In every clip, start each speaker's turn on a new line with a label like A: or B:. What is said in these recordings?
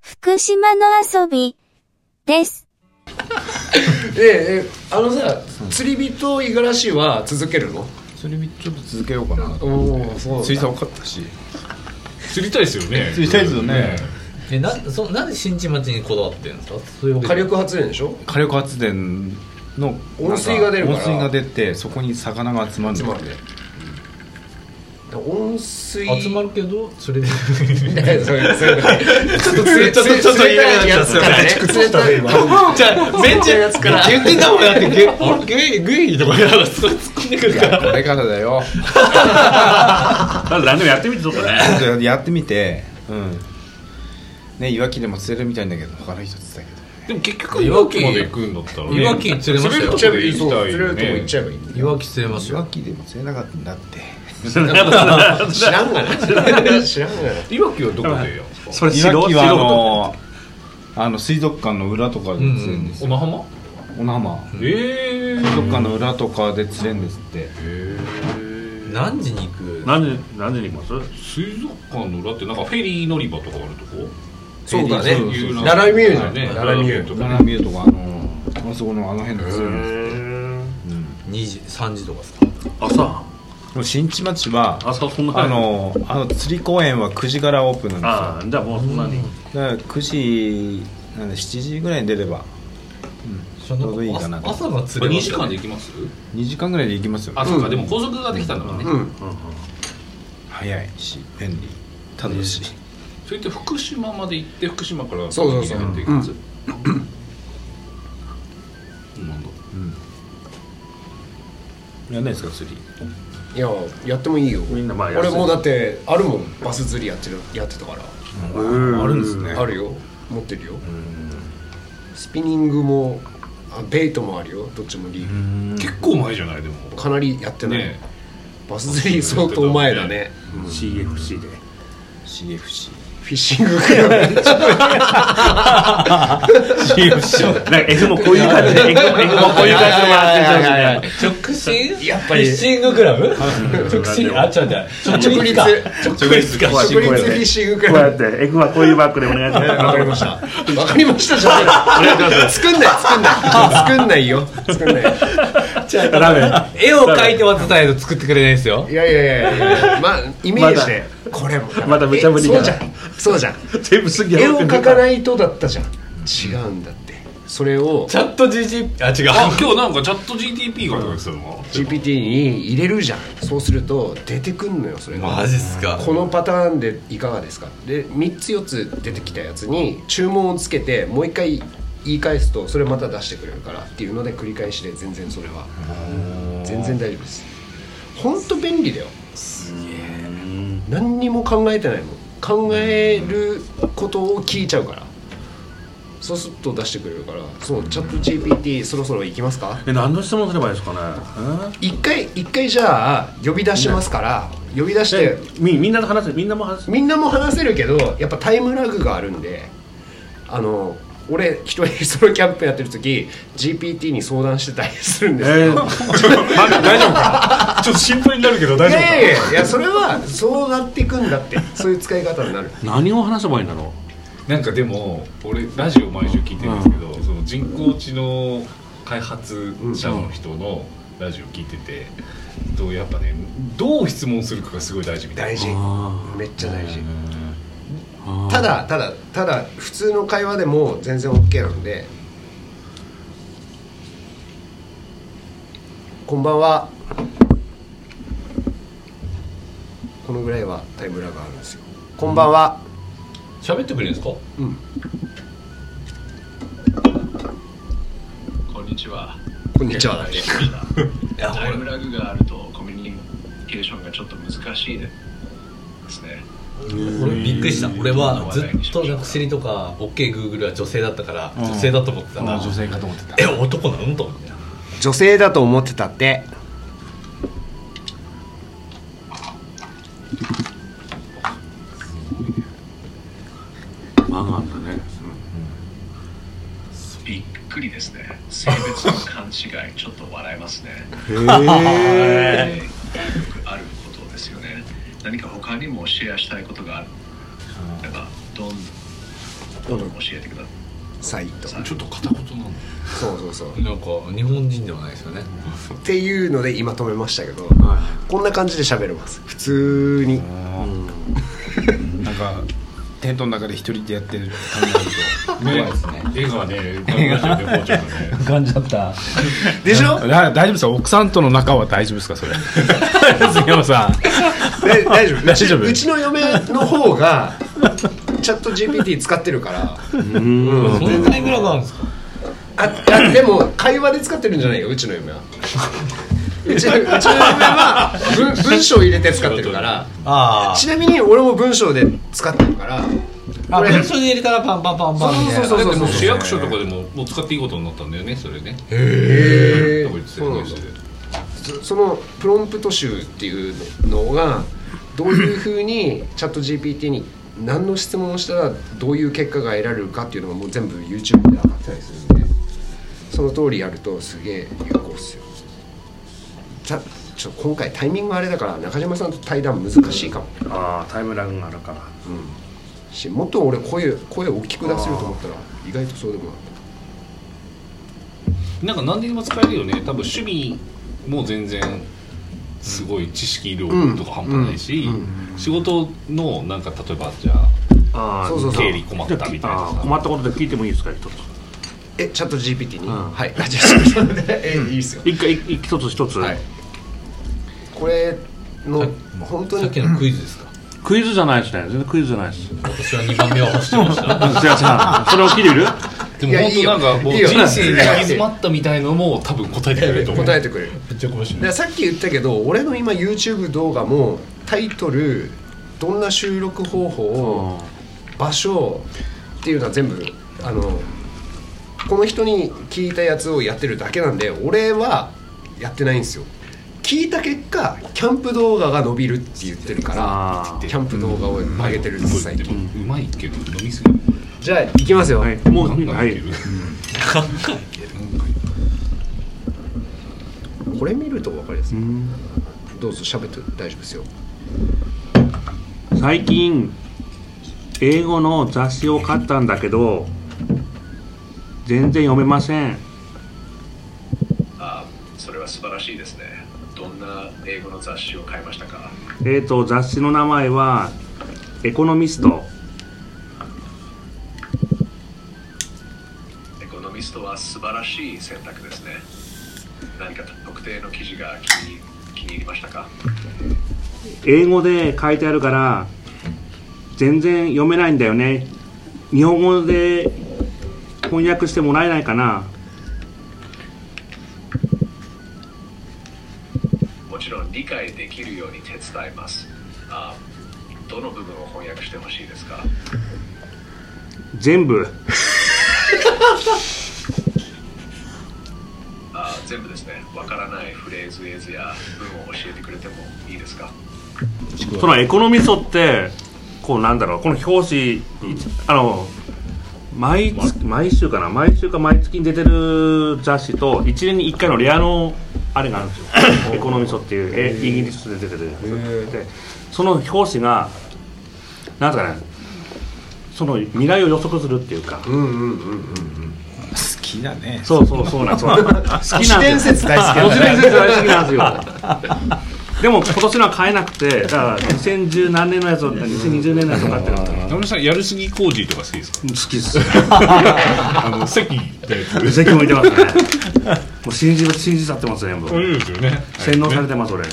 A: 福島の遊びです。
B: ええあのさ釣り人五十嵐は続けるの
C: それちょっと続けようかな
B: おおそう
C: 釣りさん分かったし
D: 釣りたいですよね
C: 釣りたいですよね
E: えなそなんで新地町にこだわってるんですかそういうわけ
B: 火
E: で
B: 力発電でしょ
C: 火力発電の
B: 温水が出るから
C: 温水が出てそこに魚が集まるん
B: つ
C: だよ
B: まりね温水
E: 集まるけどそ れで
B: いやいやそういうそういうちょっと釣れ
D: ちょっとちょっと
B: 釣れたやつからね
D: ちょっと
B: 釣れた
D: じゃあ全然言ってたもんだ ってゲあゲグイとかやらそれ突っ込んでくるから
C: これからだよ
F: まず何でもやってみてちょっとね
C: ちょっとや ってみてうんねいわきでも釣れるみたいんだけど他の人釣ったけど
D: でも結局いわきまで行くんだったらね
E: いわきに釣れましたよ
D: 釣れると
B: そう
D: こ行
B: 釣れると
D: きた
B: こ
D: い
B: 行っ
D: よ
B: ちゃ
D: ね
B: えばいい
E: いわき釣れます
C: い
E: よ
C: わきでも釣れなかったんだって
B: 知らんが な知らんがない
D: わきはどこでやるんですか
F: それ
C: い
F: 素人
C: わき
F: 素
C: はあ
F: 人
C: のあの水族館の裏とかで釣れるんですよ、
D: 小名浜
C: 小名浜
D: ええ
C: 水族館の裏とかで釣れるんですって
E: 何時に行く
F: 何時何時に行きます
D: 水族館の裏ってなんかフェリー乗り場とかあるとこ
B: そうだね
C: そうそうそう
B: 奈良ミュージアム
D: ね
B: 奈良ミュージアム
D: とか
C: 奈良ビューとかあのあそこのあの辺で釣れるんですよ
E: 2時3時とかですか
F: 朝
C: でも新地町は
F: 朝そんな
C: あのあの釣り公園は9時からオープンなん
F: あ
C: で
F: あじゃあもうそんなに
C: すよだから9時なんで7時ぐらいに出れば
E: ちょ
C: うどいいかなと
E: 朝が釣
D: こ
E: れ
D: れ
E: ま
D: 2
E: す
D: 時
E: よね
D: 間で行きます
C: 2時間ぐらいで行きますよ、
D: あそうかでも高速ができたんだもんね
B: うん
C: 早いし便利楽しい、
D: それって福島まで行って福島から
B: そうそうそう
D: 海に出ていくやつ
B: う
D: うんなんだ
C: やんないですか釣り
B: いややってもいいよ
F: みんなまあやる
B: 俺もうだってあるもんバス釣りやってるやってたから
C: あるんですね
B: あるよ持ってるよスピニングもあベイトもあるよどっちもリーグ
D: 結構前じゃないでも
B: かなりやってない
D: ね
B: バス釣り相当前だね
F: CFC で
C: CFC
B: フィッシングクラブ
F: なんか F もこういう感じで F も F もこういう感じで回ってる
E: 直進
B: やっぱり
E: フィッシングクラブ直進あちゃうちゃう
B: 直立
F: 直立か
B: 直立フィッシングク
F: こうや
B: ラ
F: っ
B: ブ
F: て F はこういうバックでお願いします
B: わかりましたわかりましたじゃない作んない作んない作んないよ作んないよ
F: ラーメン
E: 絵を描いて渡ったやつ作ってくれないんですよ
B: いやいやいやいやまあイメージでこれも
F: まだ無茶ぶり
B: え
F: だ
B: そうじゃんそうじゃん
F: 全部すぎ
B: 絵を描かないとだったじゃん違うんだってそれを
E: チャット GG あ違
D: あ
E: う
D: 今日なんかチャット GTP がとか来たの
B: GPT に入れるじゃんそうすると出てくんのよそれが
E: マジっすか
B: このパターンでいかがですかで3つ4つ出てきたやつに注文をつけてもう一回言い返すとそれまた出してくれるからっていうので繰り返しで全然それは全然大丈夫です本当便利だよすげえ何にも考えてないの考えることを聞いちゃうからそうすると出してくれるからそうチャット GPT そろそろ行きますか
F: え何の質問すればいいですかね
B: 一回一回じゃあ呼び出しますから呼び出して
F: えみみんなで話せみんなも話せ
B: みんなも話せるけどやっぱタイムラグがあるんであの俺一人ソロキャンプやってる時 GPT に相談してたりするんです
F: え
B: よ、
F: ー、大丈夫か ちょっと心配になるけど大
B: いやいやいやいやそれはそうなっていくんだってそういう使い方になる
F: 何を話せばいいんだろ
D: なんかでも俺ラジオ毎週聞いてるんですけど、その人工知能開発者の人のラジオ聞いてて、とやっぱねどう質問するかがすごい大事みた
B: 大
D: いな
B: 事めっちゃ大事
F: ー
B: ただただただ普通の会話でも全然 OK なんでこんばんはこのぐらいはタイムラグあるんですよこんばんは、
E: 喋ってくれるんですか
G: こんにちは。
B: こんにちはだね
E: いや
G: タイムラグがあるとコミュニケーションがちょっと難しいですね。
E: 俺びっくりした俺はずっとなんか薬とか OKGoogle は女性だったから女性だと思ってたら
C: 性かと思ってた
E: え男なのと思って
B: 女性だと思ってたって
F: う間があったね
G: びっくりですね。性別の勘違い、ちょっと笑えますね。へよくあることですよね。何か他にもシェアしたいことがある。なんかどん教えてください
B: サイト
D: ちょっと片言なんだよ
B: そうそうそう
E: なんか日本人ではないですよね
B: っていうので今止めましたけど、こんな感じで喋れます普通に
C: なんかテントの中で一人でやってる感じがあると怖 いですね
D: 絵がね 絵がねもうちょっとね
F: 浮かんじゃった
B: でしょ
C: だ大丈夫ですか奥さんとの仲は大丈夫ですか それ杉山さん
B: で大丈夫
C: 大丈夫
B: うちの嫁の方がチャット GPT 使ってるから
E: そんなにぐらいがあるんですか
B: ああでも会話で使ってるんじゃないようちの嫁はうちうちの嫁は文文章入れて使ってるから
E: あ
B: ちなみに俺も文章で使ってるから
E: あ
B: 俺
E: 文章で入れたらパンパンパンパンみたいな
B: そうそうそう
D: でも市役所とかでももう使っていいことになったんだよねそれね
B: へ
D: とか言ってたよねそれ
B: そそのプロンプト集っていうのがどういうふうにチャット GPT に何の質問をしたらどういう結果が得られるかっていうのがもう全部 YouTube で上がってたりするんでその通りやるとすげえ有効っすよちゃちょ今回タイミングあれだから中島さんと対談難しいかも
F: ああタイムラグがあるから
B: しもっと俺声声大きく出せると思ったら意外とそうでもなかっ
D: なんか何でも使えるよね多分趣味も全然すごい知識量とか半端ないし、仕事のなんか例えばじゃ
F: あ
D: あ
F: あ
B: そうそうそう
D: 経理困ったみたいな
F: あ
D: さ
F: ー困ったことで聞いてもいいですか一つ
B: たえチャット GPT に、
F: ん
B: はいあじゃあそうしたのでえいいっすよ
F: 一回一一つ一つ、
B: はいこれの本当
E: さ
B: に
E: っきのクイズですか
F: クイズじゃないですね全然クイズじゃないです
E: 私は2番目を欲してました
F: じゃあそれを聞いてみる
B: い
D: でも
B: や
D: 本
B: いい
D: 当
B: よ
D: なんかもう
B: いいよ
D: 人生に行き詰まったみたいのも多分答えてくれると思う
B: 答えてくれる
E: めっちゃ面白い
B: でさっき言ったけど俺の今 YouTube 動画もタイトルどんな収録方法場所っていうのは全部あのこの人に聞いたやつをやってるだけなんで俺はやってないんですよ聞いた結果キャンプ動画が伸びるって言ってるか
F: あ
B: ら
F: ー
B: キャンプ動画を上げてるんです最
D: で
B: 近
D: もうまいけど飲みすぎる
B: じゃあ行きますよ、
F: はいもう
D: 考えて
F: はい
D: る
B: これ見ると分かりやすいどうぞ喋って大丈夫ですよ
F: 最近英語の雑誌を買ったんだけど全然読めません
G: あそれは素晴らしいですねどんな英語の雑誌を買いましたか
F: えー、と雑誌の名前は「エコノミスト
G: エコノミストは素晴らしい選択ですね何か特定の記事が気に気に入りましたか」
F: 英語で書いてあるから全然読めないんだよね日本語で翻訳してもらえないかな
G: もちろん理解できるように手伝いますあどの部分を翻訳してほしいですか
F: 全部
G: あ全部ですねわからないフレーズ絵図や文を教えてくれてもいいですか
F: そのエコノミストってこうなんだろうこの表紙、あの毎月毎週かな毎週か毎月に出てる雑誌と一年に一回のレアのあれがあるんですよエコノミストっていうえイギリスで出てるでその表紙がなんだかねその未来を予測するっていうか、
C: 好きだね
F: そうそうそうなんで すよ好きなんですよ
B: 自伝説大好き
F: 都市伝説大好きなんですよ でも今年のは買えなくてだから2010何年のやつを2020年のやつを買ってなかった
D: 野村さんやりすぎ工事とか好きですか
F: 好きっす
D: あの席みたいなやつ
F: 席向いてますねもう信じ信じ去ってますねもう
D: そういうですよね
F: 洗脳されてます俺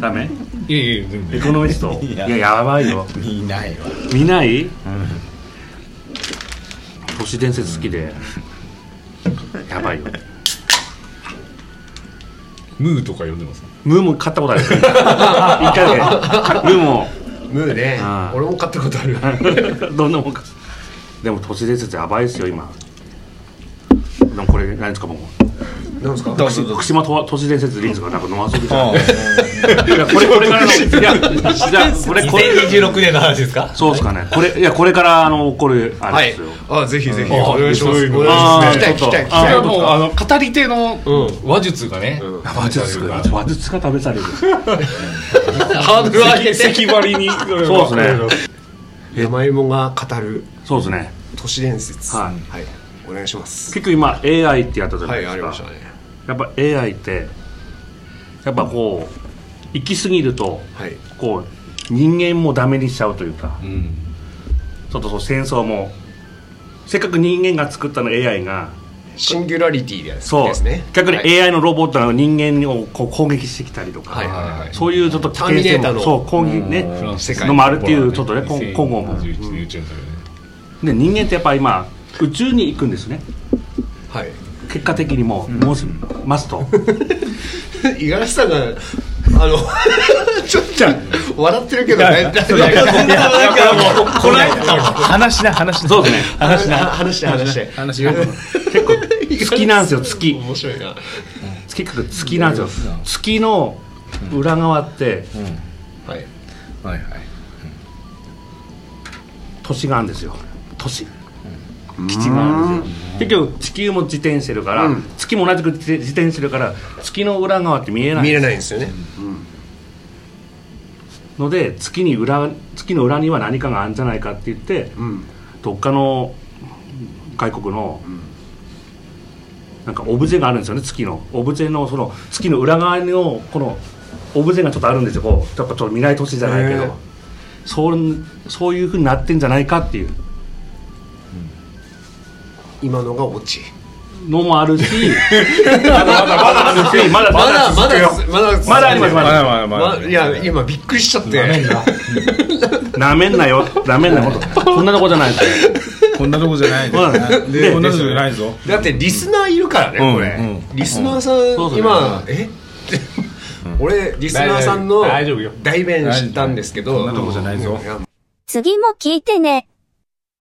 F: ダメ
D: いやいや全
F: エ
D: 然
F: コノミストい
C: や
F: ややばいよ
C: いないわ
F: 見ない、都市伝説好きでやばいよ
D: ムーとか呼んでます
F: ムーも買ったことある一回だけムーも
B: ムーね
F: あー
B: 俺も買ったことある
F: どんなもんかでも都市伝説やばいですよ今でもこれ何ですかもう
B: なんですか
C: どうぞどう
F: 福
C: ぞ
F: 島と都市伝説リンズがなんか飲まそうみ たい
C: あ
F: ないやこれこれからのいやじゃあこれこれ
E: 2026年の話ですか
F: そうですかね。これいやこれからあの起こるあれですよ。
B: あぜひぜひお願いしますお
F: あ
B: 願
F: ー
B: いします来たい
F: ち
B: 来
F: ょっと
B: たい来
D: そ
B: たい
D: れはもうあの語り手の話術がね
F: 話術が話術が 試される。
E: ハードル上げて
D: 席割りにそう
F: そうですね。
B: 山芋が語る
F: そうですね
B: 都市伝説
F: は
B: はい、お願いします
F: 結局今 AI ってやったじゃな
B: はいい
F: で
B: あ
F: す
B: り
F: か、
B: ましたね
F: やっぱ AI ってやっぱこう行き過ぎると
B: はい
F: こう人間もダメにしちゃうというか
D: うん
F: ちょっとそう戦争もせっかく人間が作ったの AI が
B: シンギュラリティで
F: そう
B: ですね
F: 逆に
B: はい
F: AI のロボットが人間をこう攻撃してきたりとか、
B: はいはいはい
F: そういうちょっと危険
B: タ
F: 性
B: ーミネーター
F: も
B: の
F: そう攻撃ね
D: フランス
B: 世界
F: のもあるっていうちょっとね今今後も、
D: 2021年宇宙の旅ね
F: で人間ってやっぱ今宇宙に行くんですね
B: はい
F: 結果的にもう、もうしますと
B: 五十嵐さんがあの ちょっと笑ってるけどね
C: こない話しな話しな
F: そうですね
B: 話して話して話して
C: 話しな
F: 結 構好きなんですよ月
B: 面白いな
F: 月かく月なんですよ月の裏側って
B: はい
C: はいはい
F: 年があるんですよ年基地があるんですよ結局地球も自転してるから、
B: うん
F: 月も同じく自転自転してるから月の裏側って見えない
B: 見れないんですよね
F: ので月に裏月の裏には何かがあるんじゃないかって言って
B: うん
F: どっかの外国の、なんかオブジェがあるんですよね月のオブジェのその月の裏側のこのオブジェがちょっとあるんですよこうやっぱちょっと未来都市じゃないけ
B: へ
F: ど
B: ー
F: そうそういうふうになってんじゃないかっていう
B: 今のがオチ
F: のもあるし まだまだまだあるしまだ
B: まだ
F: 続くよ
B: まだ
F: まだありますま
C: ま
F: だ
C: だまだま
B: ま
C: だ
B: いや今びっくりしちゃって
F: なめんなよなめんなよこんなとこじゃないですよ
C: こんなとこじゃない
F: まだ
C: でこんなとこじゃないぞ
B: だってリスナーいるからね、
C: うん
B: これ、
C: う
B: リスナーさ
F: そ
B: ん、
F: うそう
B: 今えって俺リスナーさんの
E: 大丈夫よ
B: 代弁したんですけど
C: こんなとこじゃないぞ
B: うん
A: 次も聞いてね。